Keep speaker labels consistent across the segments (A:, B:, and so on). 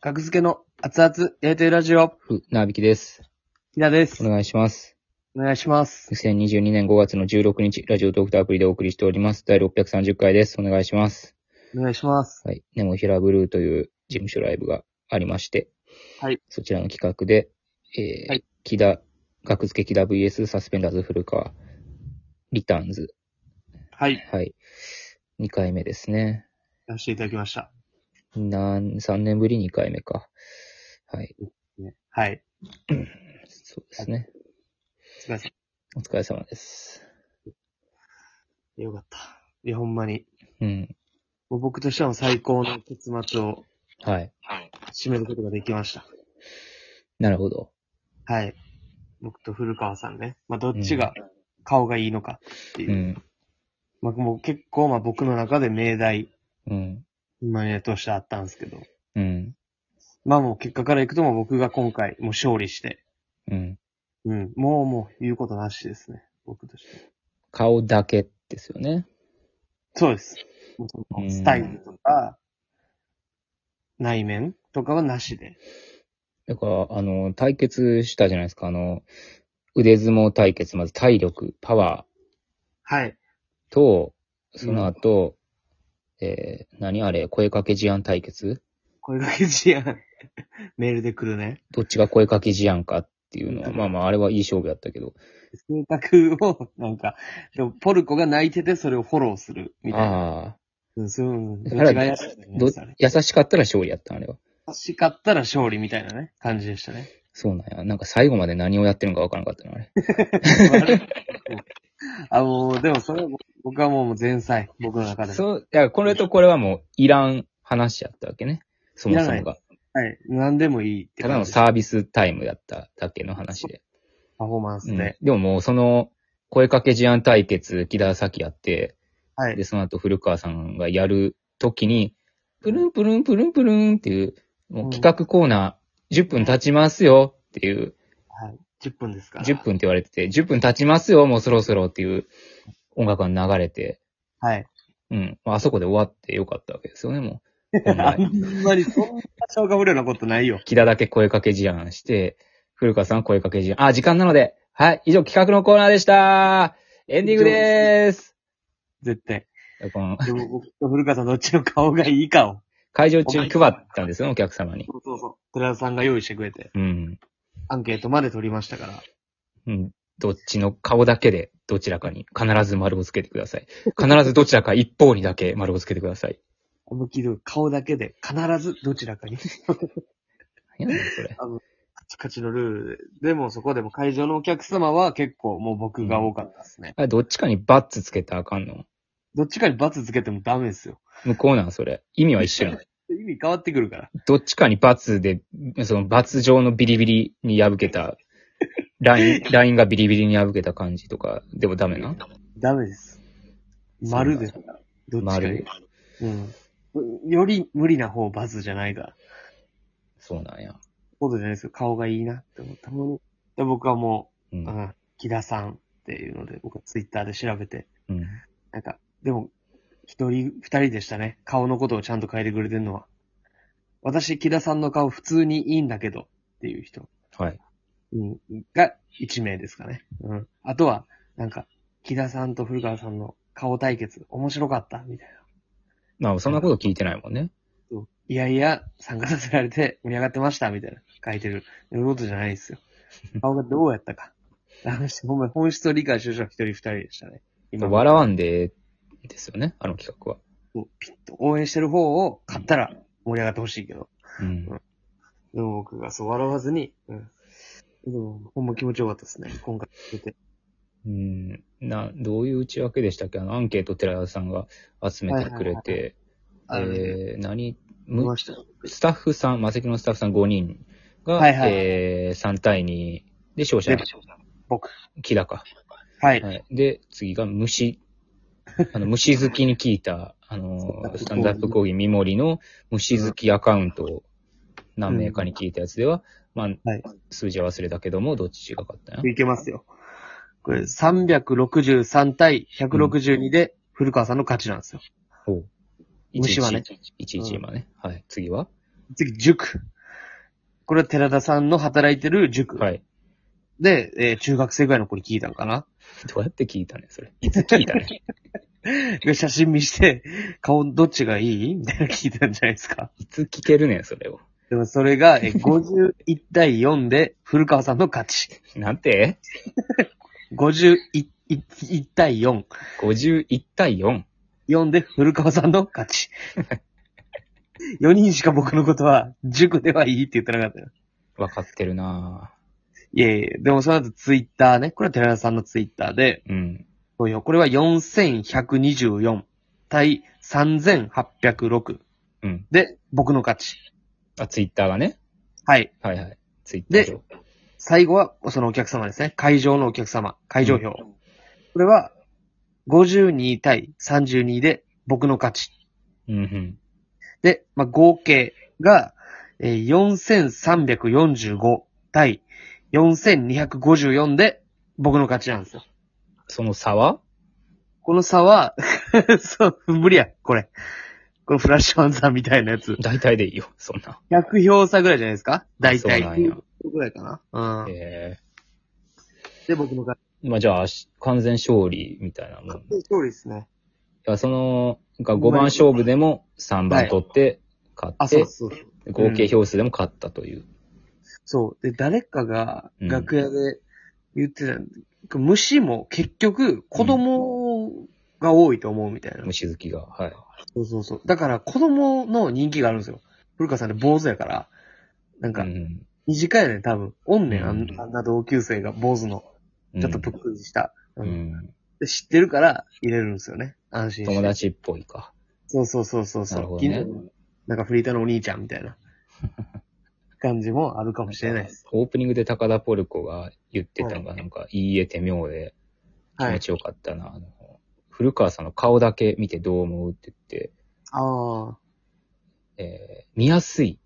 A: 格付けの熱々焼いてるラジオ、
B: ふ、なびきです。
A: ひなです
B: お。願いします。
A: お願いします。
B: 2022年5月の16日、ラジオドクターアプリでお送りしております。第630回です。お願いします。
A: お願いします。
B: はい。ネモヒラブルーという事務所ライブがありまして、
A: はい。
B: そちらの企画で、えー、
A: はい
B: 木田、学付け木田 VS サスペンダーズ古川、リターンズ。
A: はい。
B: はい。2回目ですね。
A: やらせていただきました。
B: なん、3年ぶり2回目か。はい。
A: ねはい。
B: そうですね。
A: すいませ
B: お疲れ様です。
A: ん。よかった。いや、ほんまに。
B: うん。
A: もう僕としては最高の結末を
B: はい。
A: 締めることができました。
B: なるほど。
A: はい。僕と古川さんね。まあ、どっちが顔がいいのかっていうう。
B: ん。
A: まあ、もう結構、まあ、僕の中で命題、
B: うん。
A: 今ね、としてあったんですけど。
B: うん。
A: まあ、もう結果からいくともう僕が今回、もう勝利して。
B: うん。
A: うん。もう、もう、言うことなしですね。僕としては。
B: 顔だけですよね。
A: そうです。もうその
B: うん
A: スタイルとか、内面とかはなしで。
B: だから、あの、対決したじゃないですか。あの、腕相撲対決、まず体力、パワ
A: はい。
B: ーと、その後、えー何あれ、声かけ事案対決
A: 声掛け事案。メールで来るね。
B: どっちが声かけ事案かっていうのは、
A: うん
B: まあまあ、あれはいい勝負やったけど。
A: 性格を、なんか、でもポルコが泣いててそれをフォローする。みたいな。
B: ああ、
A: うん、そううん。ど
B: だ
A: っ
B: か
A: ち
B: ら
A: が優しいの
B: ど
A: 優しいの、
B: 優しかったら勝利やった、あれは。
A: 優しかったら勝利みたいなね、感じでした ね。
B: そうなんや。なんか最後まで何をやってるのかわからなかったな、あれ。
A: あ、もう、でもそれは僕はもう前菜。僕の中で。は
B: そう、だからこれとこれはもう、いらん話やったわけね。そもそ
A: いら
B: も
A: な
B: が。
A: い。何でもいいって
B: ただの
A: 感じ。
B: サービスタイムやっただけの話で。
A: パフォーマンス
B: うん
A: で。
B: でももうその、声かけ事案対決、木田先やって、
A: はい
B: で、。その後古川さんがやるときに、プルンプルンプルンプルンっていう、もう企画コーナー、10分経ちますよっていう、
A: はい。10分ですから。
B: 10分って言われてて、10分経ちますよ、もうそろそろっていう音楽が流れて、
A: はい。
B: うん。まああそこで終わってよかったわけですよね、もう。本
A: あ
B: 来
A: んまりそんな消化不良なことないよ。
B: 木田だけ声かけ事案して、古川さんは声かけ事案。あ、時間なので。はい、以上企画のコーナーでしたエンディングでーす
A: 絶対。
B: この
A: でも僕と古川さんどっちの顔がいいかを。
B: 会場中配ったんですよね、お客様に。
A: そうそうそう。寺田さんが用意してくれて、
B: うん。
A: アンケートまで取りましたから。
B: うん。どっちの顔だけで、どちらかに必ず丸をつけてください。必ずどちらか一方にだけ丸をつけてください。
A: 思いっきり顔だけで必ずどちらかにカ
B: 何やねんそれ。
A: チカチのルールで。でもそこでも会場のお客様は結構もう僕が多かったですね。
B: あどっちかにバッツつけたらあかんの
A: どっちかに罰つけてもダメですよ。
B: 向こうなんそれ。意味は一緒やん。
A: 意味変わってくるから。
B: どっちかにバツで、そのバツ状のビリビリに破けた、ラ イン、ラインがビリビリに破けた感じとか、でもダメな
A: ダメです。丸ですから。どっちかに
B: 丸。。
A: うん。より無理な方罰じゃないから。
B: そうなんや。
A: ことじゃないですよ。顔がいいなって思ったもので、僕はも
B: う。
A: う、うんん、木田さんっていうので、僕はツイッターで調べて、
B: うん。
A: なんか、でも、一人、二人でしたね。顔のことをちゃんと変えてくれてるのは。私、木田さんの顔普通にいいんだけどっていう人、
B: はい。
A: うん、が一名ですかね。うん。あとは、なんか、木田さんと古川さんの顔対決、面白かったみたいな。
B: まあ、そんなこと聞いてないもんね。
A: そういやいや、参加させられて盛り上がってました、みたいな。書いてる。そういうことじゃないですよ。顔がどうやったか。あの人、ほんまに本質を理解してる人は一人二人でしたね。今、
B: 笑わんで、ですよね、あの企画は。
A: う。ピッと応援してる方を買ったら盛り上がってほしいけど。
B: うん。
A: でも僕がそう笑わずに、うん。でも、ほんま気持ちよかったですね。今回出て。
B: うん。な、どういう内訳でしたっけあの、アンケート寺田さんが集めてくれて、
A: はいはいはいはい
B: えー、何、
A: 見
B: む
A: ましたよ。
B: スタッフさん、マセキのスタッフさん5人が、
A: はいはい
B: えー、3対2で勝者
A: で、僕。
B: 木田か。
A: はい。
B: はい。で、次が虫。あの、虫好きに聞いた、あの、スタンダップ講義三森の虫好きアカウントを何名かに聞いたやつでは、まあ、
A: はい
B: 数字は忘れたけども、どっち違かったんや。
A: いけますよ。これ、363対162で、古川さんの勝ちなんですよ。
B: ほう。
A: 虫はね
B: 1111はね。はい。次は
A: 次、塾。これは寺田さんの働いてる塾。
B: はい。
A: で、えー中学生ぐらいの子に聞いたんかな。
B: どうやって聞いたね、それ。いつ聞いた ね。
A: で、写真見して、 顔どっちがいいみたいなの聞いたんじゃないですか。
B: いつ聞けるねん、それを。
A: でもそれが、え ー、51対4で古川さんの勝ち。
B: なんて
A: 51一対4。
B: ?51 対 4?
A: 4で古川さんの勝 ち。4人しか僕のことは、塾ではいいって言ってなかったよ。
B: わかってるない
A: やいや、でもその後ツイッターね。これは寺田さんのツイッターで、
B: ぁうん。
A: こうよこれは4124対3806
B: うん。
A: で、僕の勝ち。
B: あ、ツイッターがね。
A: はい。
B: はいはい。ツイッター上。
A: 最後は、そのお客様ですね。会場のお客様。会場票。これは、52対32で僕の勝ち。
B: うんうん。
A: で、まあ、合計が、えー、4345対4254で僕の勝ちなんですよ。
B: その差は
A: この差は、 そう、無理や、これ。このフラッシュアンサーみたいなやつ。
B: 大体でいいよ、そんな。
A: 100票差ぐらいじゃないですか大体。
B: そうなんや
A: ぐらいかな。うん。
B: え
A: で、僕の勝ち。
B: えまあじゃあ、し完全勝利みたいなもん。い
A: 勝利ですね。
B: や、その、が5番勝負でも3番取って、勝
A: あ、
B: っ
A: そう
B: て、
A: そう。
B: 合計票数でも勝ったという。
A: そう。で、誰かが
B: うん
A: 楽屋で言ってた、虫も結局子供が多いと思うみたいな。
B: 虫好きが。はい。
A: そうそうそう。だから子供の人気があるんですよ。古川さんで坊主やから。なんか
B: う、ん
A: 短いね、多分。おんねん、あん
B: うん
A: あんな同級生が坊主の。
B: うん
A: ちょっとぷっくりした。
B: う
A: うん
B: ん。
A: で知ってるから入れるんですよね。安心して。
B: 友達っぽいか。
A: そうそうそうそうそう。
B: なるほどね
A: 近所のなんかフリーターのお兄ちゃんみた いな感じもあるかもしれないです。
B: オープニングで高田ポルコが言ってたのが、なんか、いいえ、手妙で気
A: は
B: 持
A: い。
B: ちよかったな。あの古川さんの顔だけ見てどう思うって言って、
A: ああ。
B: えー見や すい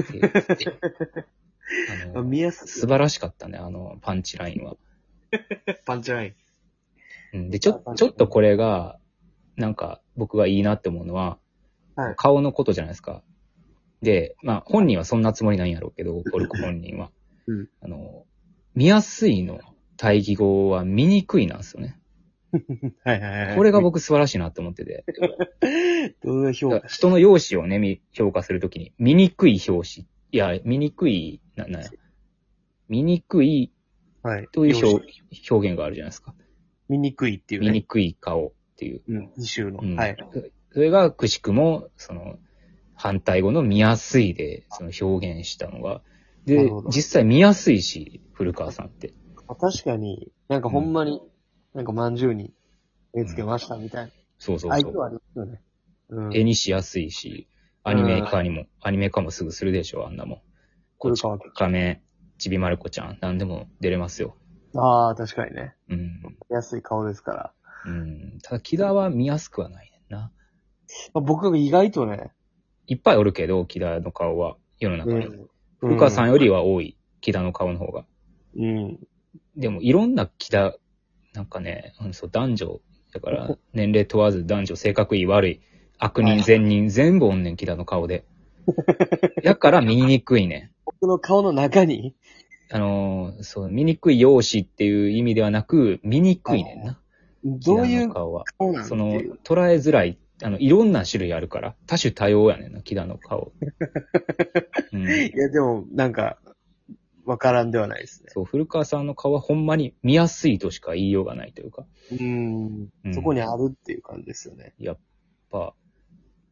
B: って言って。あの
A: 見やす
B: 素晴らしかったね、あの、パンチラインは。
A: い。パンチライン。
B: うんで、ちょ、ちょっとこれが、なんか、僕がいいなって思うのは、
A: はい
B: 顔のことじゃないですか。で、まあ、本人はそんなつもりなんやろうけ ど、ポルコ本人は。
A: うん
B: あの、見やすいの対義語は見にくいなんですよね。
A: はいはいはい。
B: これが僕素晴らしいなって思ってて。
A: どういう評
B: だ
A: 価
B: から人の容姿をね、見評価するときに、見にくい表紙。いや、見にくい、な、なんや。見にくい
A: はい。
B: という
A: 評
B: 表表現があるじゃないですか。
A: 見にくいっていう
B: 見
A: ね。
B: にくい顔っていう。
A: うん。二種の。
B: うん
A: はい。
B: それが、くしくも、その、反対語の見やすいで、その表現したのが。
A: な
B: で
A: るほど、
B: 実際見やすいし、古川さんって。
A: あ確かに、なんかほんまに、なんかまんじゅうに絵つけましたみたいな。
B: そうそう
A: 相
B: そ
A: 手
B: う。
A: はありますよね。うん。
B: 絵にしやすいし、アニメ化にも、アニメ化もすぐするでしょ、あんなもん。こ
A: 古
B: っち
A: 川
B: 亀、ちびまる子ちゃん、何でも出れますよ。
A: ああ、確かにね。
B: うん。
A: 安い顔ですから。
B: うん。ただ、木田は見やすくはないねんな。
A: まあ、僕が意外とね、
B: いっぱいおるけど、木田の顔は、世の中
A: う
B: に。
A: ん。
B: 古川さんよりは多い、木田の顔の方が。
A: うん。
B: でもいろんな気だ、なんかね、うんそう男女、だから年齢問わず男女性格いい悪い、悪
A: はい
B: 人善人全部おんねん気だの顔で。だから見にくいね
A: 僕の顔の中に、
B: ん。あのーそう、見にくい容姿っていう意味ではなく、見にくいねんな。
A: どう
B: 木
A: い
B: 田
A: う
B: の顔は。
A: 顔なん
B: その、
A: ていう
B: 捉えづらい、あの、いろんな種類あるから、多種多様やねんな、木田 の顔。うん
A: いや、でも、なんか、わからんではないですね。
B: そう、古川さんの顔はほんまに見やすいとしか言いようがないというか。
A: うん
B: う。ん
A: そこにあるっていう感じですよね。
B: やっぱ、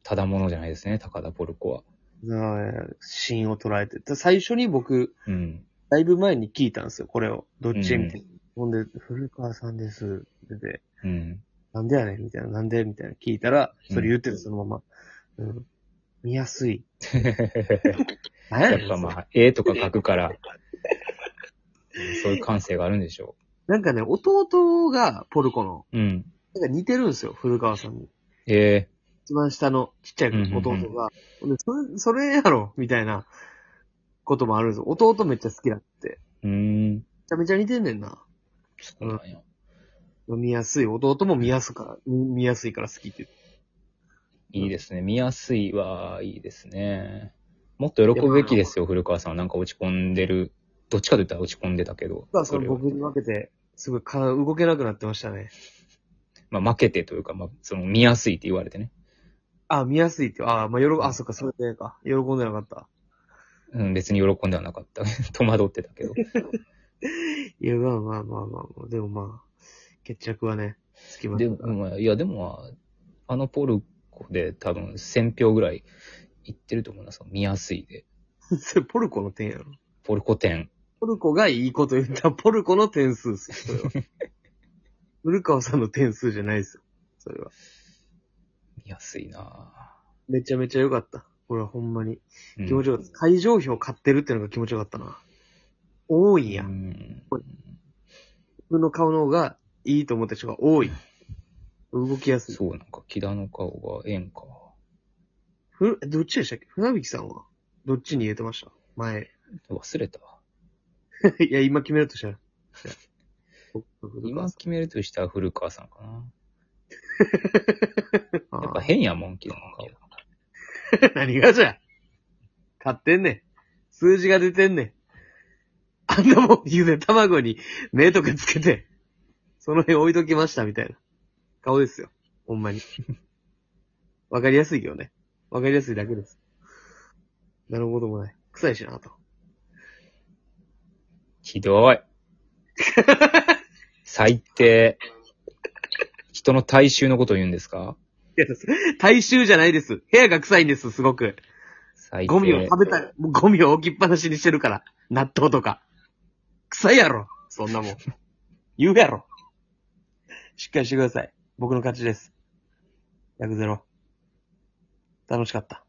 B: ただものじゃないですね、高田ポルコは。
A: うん。シーンを捉えて。で最初に僕、
B: うん。
A: だいぶ前に聞いたんですよ、これを。どっちみたいな。ほんで、古川さんです。で、で
B: うん。
A: なんでやねんみたいな、なんでみたいな聞いたら、それ言ってる、そのまま。うん。見やすい。なんや
B: や
A: ね
B: っ
A: ん
B: ぱまあ、絵とか描くから、そういう感性があるんでしょ
A: なんかね、弟がポルコの、
B: う。うん。
A: なんか似てるんですよ、古川さんに。
B: え
A: 一番下のちっちゃい弟が。
B: うんうん
A: ほんでそれ、それやろみたいなこともあるんですよ。弟めっちゃ好きだって。
B: えうーん。
A: めちゃめちゃ似てんねんな。
B: そうなんや。
A: 見やすい。弟も見やすから、見見やすいから好きって言って。
B: いいですね。見やすいは、いいですね。もっと喜ぶべきですよ、古川さんは。なんか落ち込んでる。どっちかと言ったら落ち込んでたけど。
A: 僕はその
B: れは
A: 僕に負けて、すごい体動けなくなってましたね。
B: まあ、負けてというか、まあ、その、見やすいって言われてね。
A: あ、見やすいって、あ、まあ、喜ぶ、あ、そっか、それでか。喜んでなかった。
B: うん、別に喜んではなかった。 戸惑ってたけど。
A: いや、まあまあまあまあまあ、でもまあ、決着はね、つきま
B: で
A: し
B: も、
A: た。
B: まあいや、でもまあ、あのポルコで多分1000票ぐらいいってると思うな、その見やすいで。
A: それポルコの点やろ。
B: ポルコ点。
A: ポルコがいいこと言ったらポルコの点数っすよ、それ は。古川さんの点数じゃないですよ、それは。
B: 見やすいな
A: めちゃめちゃ良かった。これはほんまに。
B: ぁ。
A: 気持ち
B: よ
A: よかった。会場票買ってるっていうのが気持ちよかったな。多いや。
B: うんん。
A: 僕の顔の方がいいと思った人が多い。動きやすい。
B: そう、なんか、木田の顔が縁か。
A: ふ、どっちでしたっけ船引さんはどっちに入れてました前。
B: 忘れた。
A: いや、今決めるとしたら。
B: 今決めるとしたら古川さんか
A: あ
B: な。
A: ー
B: やっぱ変やもん、木田の顔。
A: 何がじゃ買ってんねん。数字が出てんねん。あんなもん、ゆで卵に目とかつけて、その辺置いときましたみたいな顔ですよ。ほんまに。 わかりやすいけどね。わかりやすいだけです。なるほどもない。臭いしなと。
B: ひ どい。最低。人の大衆のことを言うんですか
A: いや、大衆じゃないです。部屋が臭いんです、すごく。
B: 最低。
A: ゴミを食べたい。もうゴミを置きっぱなしにしてるから。納豆とか。臭いやろ。そんなもん。言うやろ。しっかりしてください。僕の勝ちです。100ゼロ。楽しかった。